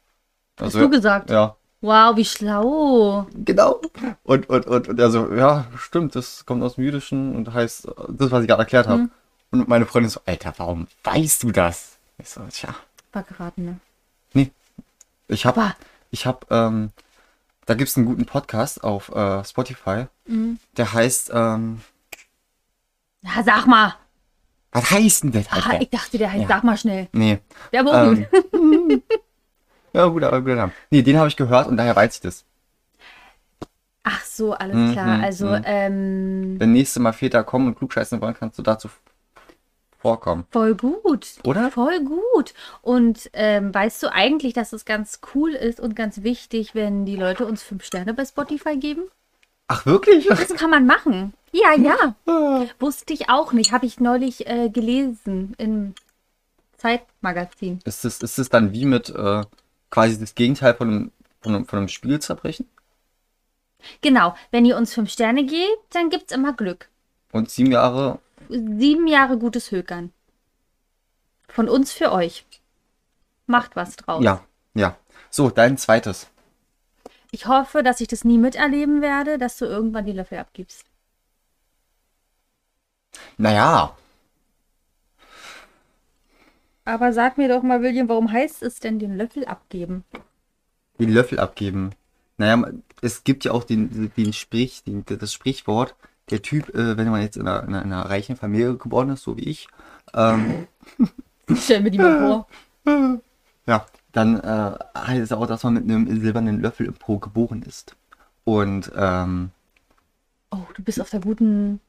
Speaker 3: Hast
Speaker 2: Also,
Speaker 3: du gesagt?
Speaker 2: Ja,
Speaker 3: Wow, wie schlau.
Speaker 2: genau. Und, und, und, und er so, ja, stimmt, das kommt aus dem Jüdischen und heißt das, was ich gerade erklärt habe.
Speaker 3: Mhm.
Speaker 2: Und meine Freundin so, Alter, warum weißt du das? Ich so, tja,
Speaker 3: War geraten, ne?
Speaker 2: ich hab,
Speaker 3: Bah.
Speaker 2: ich hab, ähm, da gibt's einen guten Podcast auf äh, Spotify, der heißt, ähm,
Speaker 3: Na, sag mal.
Speaker 2: was heißt denn das?
Speaker 3: Ah,
Speaker 2: Alter?
Speaker 3: ich dachte, der heißt,
Speaker 2: Ja.
Speaker 3: sag mal schnell.
Speaker 2: nee.
Speaker 3: Der war auch
Speaker 2: Ähm,
Speaker 3: gut.
Speaker 2: ja, gut, aber guter Name. Nee, den habe ich gehört und daher weiß ich das.
Speaker 3: Ach so, alles
Speaker 2: Mhm,
Speaker 3: klar. Also, ähm,
Speaker 2: Wenn nächste Mal Väter kommen und klugscheißen wollen, kannst du dazu vorkommen.
Speaker 3: voll gut.
Speaker 2: Oder?
Speaker 3: Voll gut. Und ähm, weißt du eigentlich, dass es ganz cool ist und ganz wichtig, wenn die Leute uns fünf Sterne bei Spotify geben?
Speaker 2: Ach, wirklich?
Speaker 3: Das kann man machen. Ja, ja. Wusste ich auch nicht. Habe ich neulich äh, gelesen im Zeitmagazin.
Speaker 2: Ist das, ist das dann wie mit äh, quasi das Gegenteil von einem, von einem, von einem Spiegel zerbrechen?
Speaker 3: Genau. Wenn ihr uns fünf Sterne gebt, dann gibt's immer Glück.
Speaker 2: Und sieben Jahre.
Speaker 3: Sieben Jahre gutes Hökern. Von uns für euch. Macht was draus.
Speaker 2: Ja, ja. So, dein zweites.
Speaker 3: Ich hoffe, dass ich das nie miterleben werde, dass du irgendwann die Löffel abgibst.
Speaker 2: Naja,
Speaker 3: Aber sag mir doch mal, William, warum heißt es denn den Löffel abgeben?
Speaker 2: den Löffel abgeben. Naja, man- es gibt ja auch den, den Sprich, den, das Sprichwort, der Typ, äh, wenn man jetzt in einer, in einer reichen Familie geboren ist, so wie ich, ähm,
Speaker 3: Stell mir die mal vor.
Speaker 2: Ja, dann äh, heißt es auch, dass man mit einem silbernen Löffel im Po geboren ist. Und ähm,
Speaker 3: Oh, du bist auf der guten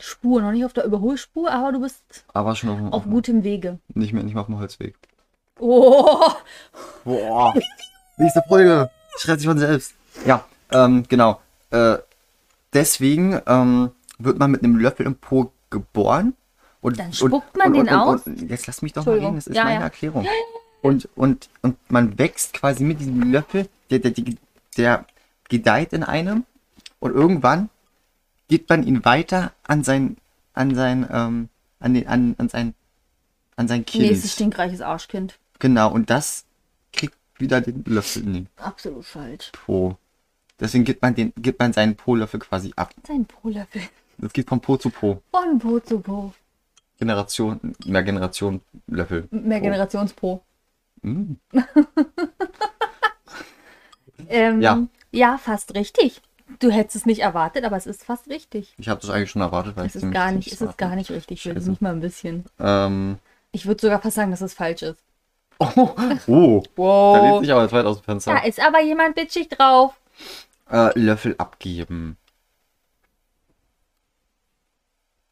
Speaker 3: Spur. Noch nicht auf der Überholspur, aber du bist
Speaker 2: aber schon auf, dem-
Speaker 3: auf gutem Wege.
Speaker 2: nicht mehr nicht mehr auf dem Holzweg.
Speaker 3: Oh,
Speaker 2: Boah. Nächste Folge. Schreit sich von selbst. Ja, ähm, genau. Äh, deswegen ähm, wird man mit einem Löffel im Po geboren. Und,
Speaker 3: Dann spuckt man den aus?
Speaker 2: Und, jetzt lass mich doch mal
Speaker 3: Entschuldigung.
Speaker 2: reden, das ist
Speaker 3: Ja,
Speaker 2: meine
Speaker 3: ja.
Speaker 2: Erklärung. Und, und, und man wächst quasi mit diesem Löffel, der, der, der, der gedeiht in einem. Und irgendwann geht man ihn weiter an sein, an sein, ähm, an den, an, an sein, an sein Kind.
Speaker 3: nächstes stinkreiches Arschkind.
Speaker 2: Genau, und das kriegt wieder den Löffel in den
Speaker 3: Absolut falsch.
Speaker 2: Po. Deswegen gibt man, den, gibt man seinen Po-Löffel quasi ab.
Speaker 3: Sein Po-Löffel.
Speaker 2: Das geht von Po zu Po.
Speaker 3: Von Po zu Po.
Speaker 2: Generation, mehr Generation Löffel.
Speaker 3: Mehr Generations-Po.
Speaker 2: Mm.
Speaker 3: Ähm, ja.
Speaker 2: Ja.
Speaker 3: ja, fast richtig. Du hättest es nicht erwartet, aber es ist fast richtig.
Speaker 2: Ich habe das eigentlich schon erwartet, weil
Speaker 3: Es
Speaker 2: ich
Speaker 3: ist
Speaker 2: nämlich
Speaker 3: gar nicht, es
Speaker 2: so-
Speaker 3: ist gar nicht richtig. Schön.
Speaker 2: Scheiße.
Speaker 3: Nicht mal ein bisschen.
Speaker 2: Ähm,
Speaker 3: Ich würde sogar fast sagen, dass es falsch ist.
Speaker 2: oh, oh, da lehnt
Speaker 3: Wow.
Speaker 2: sich aber weit aus dem
Speaker 3: Da
Speaker 2: Fenster.
Speaker 3: ist aber jemand bitchig drauf.
Speaker 2: Äh, Löffel abgeben.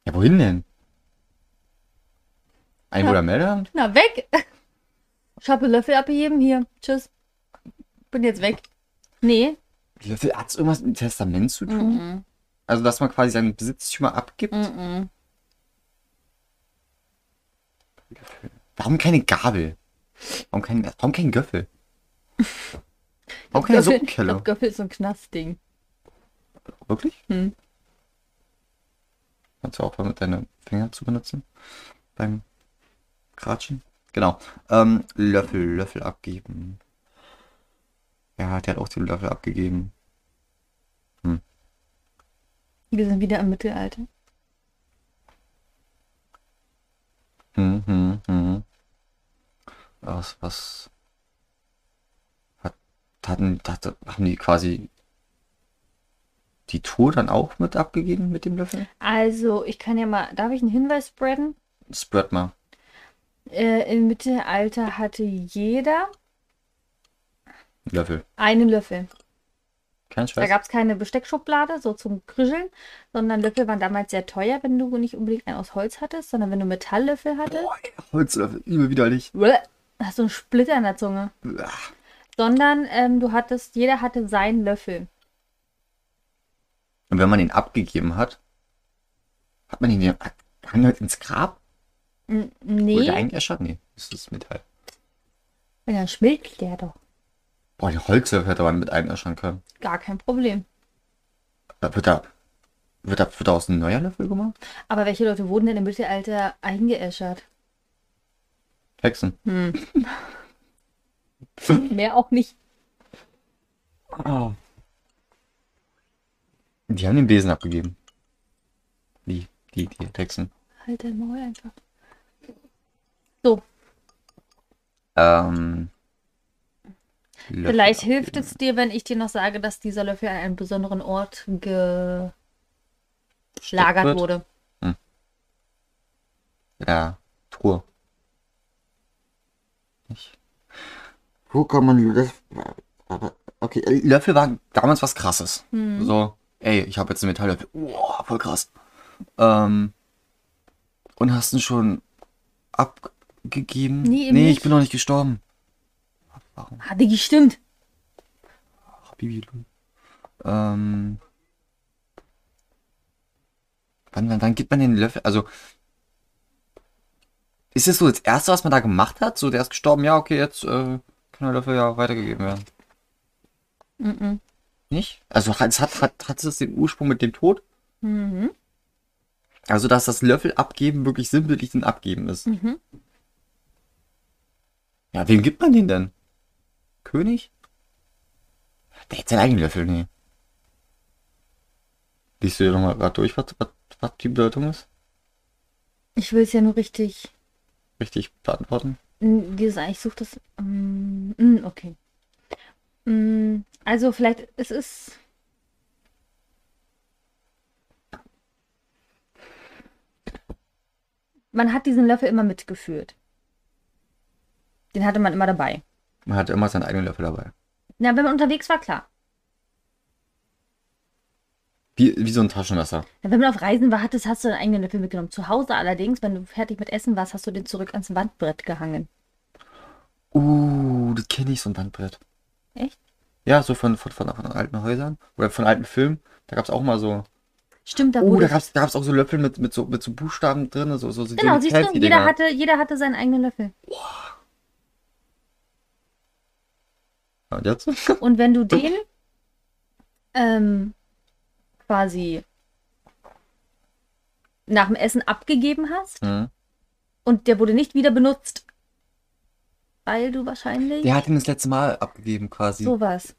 Speaker 2: Ja, wohin denn? Einwohnermelder?
Speaker 3: Na, weg. Ich habe einen Löffel abgegeben. Hier, tschüss. Bin jetzt weg. Nee.
Speaker 2: Löffel hat irgendwas mit dem Testament zu tun? Also, dass man quasi seinen Besitztümer abgibt?
Speaker 3: Mhm.
Speaker 2: Warum keine Gabel? Warum kein, warum kein Göffel? Warum keine
Speaker 3: Göffel- Ich
Speaker 2: Suppenkelle?
Speaker 3: glaube, Göffel ist so ein Knastding.
Speaker 2: Wirklich?
Speaker 3: Hm.
Speaker 2: Kannst du auch mal mit deinen Finger zu benutzen? Beim Kratschen? Genau. Ähm, Löffel, Löffel abgeben. Ja, der hat auch den Löffel abgegeben.
Speaker 3: Wir sind wieder im Mittelalter.
Speaker 2: Mhm, Hm, hm, hm. Was, was? hatten, hatte, haben die quasi die Tour dann auch mit abgegeben mit dem Löffel?
Speaker 3: Also, ich kann ja mal, darf ich einen Hinweis spreaden?
Speaker 2: Spread mal.
Speaker 3: Äh, Im Mittelalter hatte jeder
Speaker 2: Löffel.
Speaker 3: einen Löffel.
Speaker 2: Kein
Speaker 3: Da
Speaker 2: Scheiß.
Speaker 3: gab es keine Besteckschublade, so zum Krischeln, sondern Löffel waren damals sehr teuer, wenn du nicht unbedingt einen aus Holz hattest, sondern wenn du Metalllöffel hattest.
Speaker 2: Boah, ey, Holzlöffel, übel widerlich.
Speaker 3: Bleh, hast du einen Splitter in der Zunge.
Speaker 2: Uah.
Speaker 3: Sondern ähm, du hattest, jeder hatte seinen Löffel.
Speaker 2: Und wenn man ihn abgegeben hat, hat man ihn ja- hat- kann man ins Grab?
Speaker 3: N
Speaker 2: Wurde
Speaker 3: nee,
Speaker 2: eigentlich erschlagen? Nee, das halt. ist Metall.
Speaker 3: wenn dann schmilzt der doch.
Speaker 2: Boah, der Holzlöffel hätte man mit einem erschlagen können.
Speaker 3: Gar kein Problem.
Speaker 2: Da Wird da, wird da, wird da aus einem neuer Löffel gemacht?
Speaker 3: Aber welche Leute wurden denn im Mittelalter eingeäschert?
Speaker 2: Hexen.
Speaker 3: Mehr auch nicht.
Speaker 2: Oh. Die haben den Besen abgegeben. Die, die, die Hexen.
Speaker 3: Halt dein Maul einfach. So,
Speaker 2: Ähm. Löffel
Speaker 3: vielleicht
Speaker 2: abgeben.
Speaker 3: hilft es dir, wenn ich dir noch sage, dass dieser Löffel an einem besonderen Ort gelagert
Speaker 2: wird?
Speaker 3: wurde.
Speaker 2: Ja, Truhe. Ich.
Speaker 1: Wo kann man Löffel?
Speaker 2: Okay, äh, Löffel war damals was krasses. So, ey, ich habe jetzt einen Metalllöffel. Wow, voll krass. Ähm, und hast ihn schon abgegeben?
Speaker 3: Nee, eben
Speaker 2: nee
Speaker 3: nicht.
Speaker 2: ich bin noch nicht gestorben. Warum?
Speaker 3: Ah, Diggi, stimmt.
Speaker 2: Ach, Bibi. du. Ähm, wann, wann, wann gibt man den Löffel? Also, ist es so das Erste, was man da gemacht hat? So, der ist gestorben, ja, okay, jetzt äh, kann der Löffel ja weitergegeben werden.
Speaker 3: Mhm.
Speaker 2: Nicht? Also hat, hat, hat, hat es den Ursprung mit dem Tod?
Speaker 3: Mhm.
Speaker 2: Also dass das Löffel abgeben wirklich sinnbildlich ein Abgeben ist.
Speaker 3: Mhm.
Speaker 2: Ja, wem gibt man den denn? König? Der hat seinen eigenen Löffel, nee. Liest du dir nochmal gerade durch, was, was, was die Bedeutung ist?
Speaker 3: Ich will es ja nur richtig.
Speaker 2: Richtig beantworten?
Speaker 3: Mm, Wie gesagt, ich suche das. Mm, mm, okay. Mm, Also vielleicht es ist. Man hat diesen Löffel immer mitgeführt. Den hatte man immer dabei.
Speaker 2: Man hat immer seinen eigenen Löffel dabei.
Speaker 3: Na, wenn man unterwegs war, klar.
Speaker 2: Wie, wie so ein Taschenmesser.
Speaker 3: Na, Wenn man auf Reisen war, hattest, hast du deinen eigenen Löffel mitgenommen. Zu Hause allerdings, wenn du fertig mit Essen warst, hast du den zurück ans Wandbrett gehangen.
Speaker 2: Uh, das kenne ich, so ein Wandbrett.
Speaker 3: Echt?
Speaker 2: Ja, so von, von, von, von alten Häusern oder von alten Filmen. Da gab es auch mal so.
Speaker 3: Stimmt, da
Speaker 2: Oh, da
Speaker 3: wurde.
Speaker 2: gab's, da gab's auch so Löffel mit, mit, so, mit so Buchstaben drin, so, so, so
Speaker 3: Genau,
Speaker 2: diese
Speaker 3: siehst du, jeder
Speaker 2: Fancy-Dinger.
Speaker 3: hatte, jeder hatte seinen eigenen Löffel.
Speaker 2: Ja, und jetzt?
Speaker 3: Und wenn du den ähm, quasi nach dem Essen abgegeben hast
Speaker 2: Mhm.
Speaker 3: und der wurde nicht wieder benutzt, weil du wahrscheinlich
Speaker 2: Der hat ihn das letzte Mal abgegeben, quasi.
Speaker 3: sowas.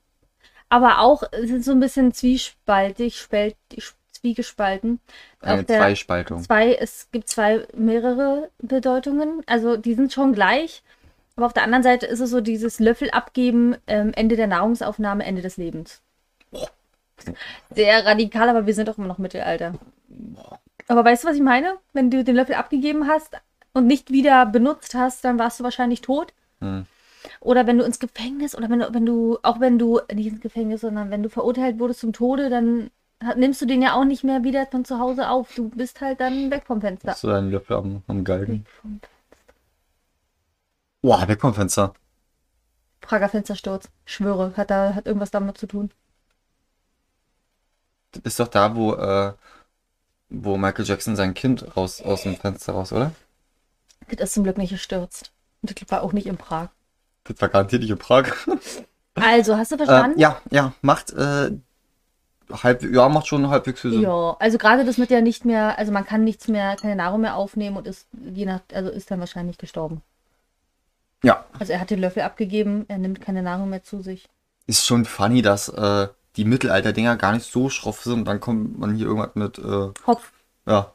Speaker 3: Aber auch äh, sind so ein bisschen zwiespaltig, spelt, zwiegespalten.
Speaker 2: Eine
Speaker 3: Auf der-
Speaker 2: Zweispaltung.
Speaker 3: Zwei, es gibt zwei mehrere Bedeutungen. Also die sind schon gleich. Aber auf der anderen Seite ist es so dieses Löffel abgeben, ähm, Ende der Nahrungsaufnahme, Ende des Lebens. Sehr radikal, aber wir sind doch immer noch Mittelalter. Aber weißt du, was ich meine? Wenn du den Löffel abgegeben hast und nicht wieder benutzt hast, dann warst du wahrscheinlich tot.
Speaker 2: Hm.
Speaker 3: Oder wenn du ins Gefängnis oder wenn du, wenn du, auch wenn du nicht ins Gefängnis, sondern wenn du verurteilt wurdest zum Tode, dann hat- nimmst du den ja auch nicht mehr wieder von zu Hause auf. Du bist halt dann weg vom Fenster.
Speaker 2: Hast du deinen Löffel am, am Galgen?
Speaker 3: Weg vom
Speaker 2: Boah, weg vom Fenster.
Speaker 3: Prager Fenstersturz. Schwöre, hat da hat irgendwas damit zu tun.
Speaker 2: Das ist doch da, wo, äh, wo Michael Jackson sein Kind raus, aus dem Fenster raus, oder?
Speaker 3: Das ist zum Glück nicht gestürzt. Und das war auch nicht in Prag.
Speaker 2: Das war garantiert nicht in Prag.
Speaker 3: Also, hast du
Speaker 2: Äh,
Speaker 3: verstanden?
Speaker 2: ja, ja, macht, äh, halb, ja, macht schon halbwegs Sinn.
Speaker 3: Ja, also gerade das mit ja nicht mehr, also man kann nichts mehr, keine Nahrung mehr aufnehmen und ist je nach, also ist dann wahrscheinlich gestorben.
Speaker 2: Ja,
Speaker 3: Also er hat den Löffel abgegeben, er nimmt keine Nahrung mehr zu sich.
Speaker 2: ist schon funny, dass, äh, die Mittelalter-Dinger gar nicht so schroff sind und dann kommt man hier irgendwas mit, äh,
Speaker 3: Hopf,
Speaker 2: ja,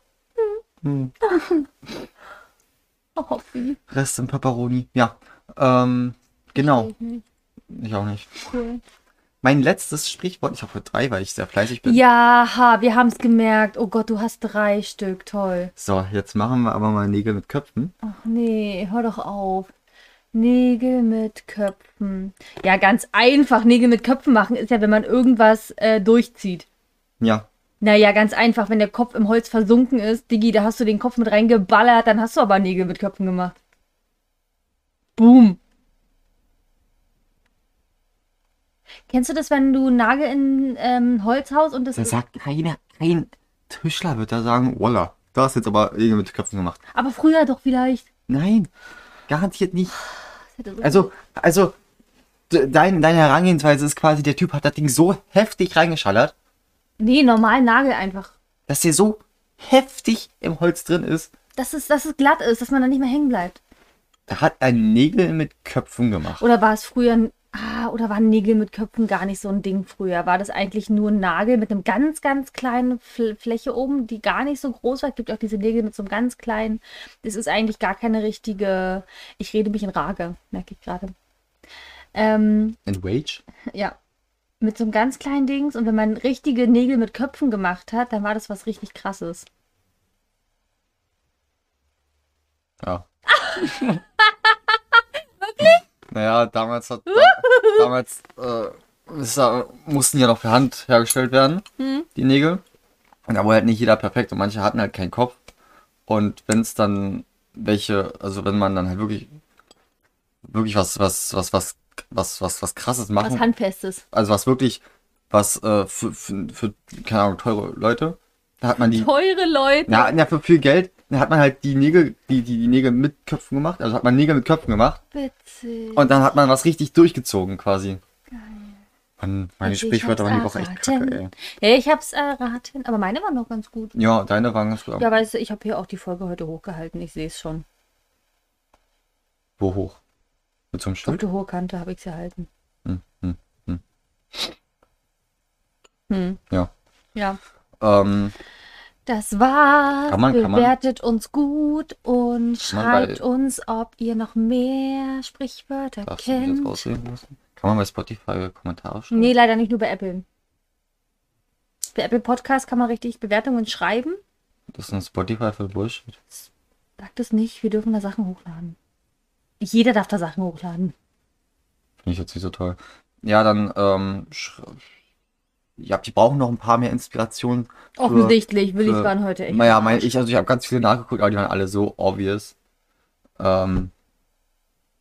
Speaker 3: oh, Hopf, wie
Speaker 2: Rest in Pepperoni. Ja, ähm, genau.
Speaker 3: ich nicht.
Speaker 2: Ich auch nicht.
Speaker 3: Cool.
Speaker 2: Mein letztes Sprichwort, ich habe drei, weil ich sehr fleißig bin.
Speaker 3: Ja, ha, wir haben es gemerkt. Oh Gott, du hast drei Stück. Toll.
Speaker 2: So, jetzt machen wir aber mal Nägel mit Köpfen.
Speaker 3: Ach nee, hör doch auf. Nägel mit Köpfen. Ja, ganz einfach. Nägel mit Köpfen machen ist ja, wenn man irgendwas äh, durchzieht.
Speaker 2: Ja,
Speaker 3: Naja, ganz einfach. Wenn der Kopf im Holz versunken ist, Digi, da hast du den Kopf mit reingeballert, dann hast du aber Nägel mit Köpfen gemacht. Boom. Kennst du das, wenn du einen Nagel in ähm, Holz haust und das
Speaker 2: da
Speaker 3: ist.
Speaker 2: sagt keiner, kein Tischler wird da sagen, voila, da hast jetzt aber Nägel mit Köpfen gemacht.
Speaker 3: Aber früher doch vielleicht.
Speaker 2: Nein, garantiert nicht.
Speaker 3: Das hätte so-
Speaker 2: Also, also, de- dein, deine Herangehensweise ist quasi, der Typ hat das Ding so heftig reingeschallert,
Speaker 3: Nee, normalen Nagel einfach.
Speaker 2: dass der so heftig im Holz drin ist.
Speaker 3: Dass es, dass es glatt ist, dass man da nicht mehr hängen bleibt.
Speaker 2: Da hat er Nägel mit Köpfen gemacht.
Speaker 3: Oder war es früher ein. Ah, oder waren Nägel mit Köpfen gar nicht so ein Ding früher? War das eigentlich nur ein Nagel mit einem ganz, ganz kleinen Fl Fläche oben, die gar nicht so groß war? Es gibt auch diese Nägel mit so einem ganz kleinen. Das ist eigentlich gar keine richtige. Ich rede mich in Rage, merke ich gerade. Ähm,
Speaker 2: And Wage?
Speaker 3: ja. Mit so einem ganz kleinen Dings. Und wenn man richtige Nägel mit Köpfen gemacht hat, dann war das was richtig krasses.
Speaker 2: Ja. Wirklich? Naja, damals hat. Da, damals äh, ist da, mussten ja noch per Hand hergestellt werden, die Nägel. Und da war halt nicht jeder perfekt und manche hatten halt keinen Kopf. Und wenn es dann welche, also wenn man dann halt wirklich wirklich was, was, was, was, was, was, was krasses machen
Speaker 3: Was Handfestes.
Speaker 2: also was wirklich, was äh, für, für, für, keine Ahnung, teure Leute, da hat man die,
Speaker 3: Teure Leute.
Speaker 2: na, na, für viel Geld, da hat man halt die Nägel, die, die, die Nägel mit Köpfen gemacht, also hat man Nägel mit Köpfen gemacht
Speaker 3: Witzig.
Speaker 2: und dann hat man was richtig durchgezogen quasi. Mann, meine
Speaker 3: Ich
Speaker 2: Sprichwörter
Speaker 3: hab's
Speaker 2: waren die Woche echt kacke, ey.
Speaker 3: erraten. Ja, ich hab's erraten, aber meine waren noch ganz gut.
Speaker 2: Ja, deine waren ganz gut. aber
Speaker 3: Ja, weißt du, ich habe hier auch die Folge heute hochgehalten, ich sehe es schon.
Speaker 2: Wo hoch? Mit so einem
Speaker 3: Auf
Speaker 2: Stift?
Speaker 3: die hohe Kante habe ich sie erhalten.
Speaker 2: Hm, hm, hm.
Speaker 3: Hm.
Speaker 2: Ja.
Speaker 3: Ja.
Speaker 2: Ähm,
Speaker 3: Das war's.
Speaker 2: Kann man- kann man-
Speaker 3: Bewertet uns gut und
Speaker 2: Kann man bei-
Speaker 3: schreibt uns, ob ihr noch mehr Sprichwörter
Speaker 2: darfst du das
Speaker 3: kennt.
Speaker 2: aussehen lassen? Kann man bei Spotify Kommentare schreiben?
Speaker 3: Nee, leider nicht nur bei Apple. Bei Apple Podcast kann man richtig Bewertungen schreiben.
Speaker 2: Das ist ein Spotify für Bullshit.
Speaker 3: Sagt es nicht, wir dürfen da Sachen hochladen. Jeder darf da Sachen hochladen.
Speaker 2: Finde ich jetzt nicht so toll. Ja, dann, ähm, sch- ja, die brauchen noch ein paar mehr Inspirationen. für-
Speaker 3: Offensichtlich, Willi
Speaker 2: für-
Speaker 3: waren heute echt.
Speaker 2: Äh, Naja,
Speaker 3: am
Speaker 2: mein,
Speaker 3: Arsch.
Speaker 2: ich, also ich habe ganz viele nachgeguckt, aber die waren alle so obvious. Ähm,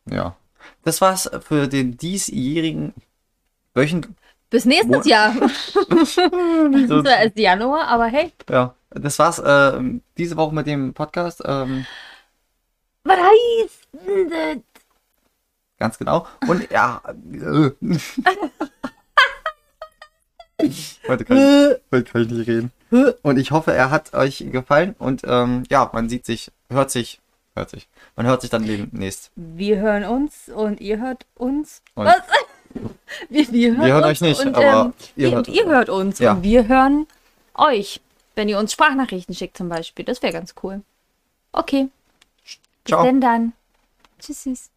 Speaker 2: ja. Das war's äh, für den diesjährigen wöchent
Speaker 3: Bis nächstes
Speaker 2: Mo-
Speaker 3: Jahr.
Speaker 2: so-
Speaker 3: Zwar erst Januar, aber hey,
Speaker 2: ja. Das war's ähm, diese Woche mit dem Podcast, ähm,
Speaker 3: was heißt denn das?
Speaker 2: ganz genau. Und ja, äh, heute, kann ich, heute kann ich nicht reden. Und ich hoffe, er hat euch gefallen und ähm, ja, man sieht sich, hört sich, hört sich. Man hört sich dann demnächst.
Speaker 3: Wir hören uns und ihr hört uns.
Speaker 2: Und-
Speaker 3: was? Wir, wir hören,
Speaker 2: Wir hören
Speaker 3: uns
Speaker 2: euch nicht,
Speaker 3: und, ähm,
Speaker 2: aber ihr
Speaker 3: ihr,
Speaker 2: hört
Speaker 3: hört
Speaker 2: uns.
Speaker 3: ihr hört uns
Speaker 2: Ja.
Speaker 3: und wir hören euch, wenn ihr uns Sprachnachrichten schickt zum Beispiel. Das wäre ganz cool. Okay, bis
Speaker 2: Ciao.
Speaker 3: denn dann. Tschüss. tschüss.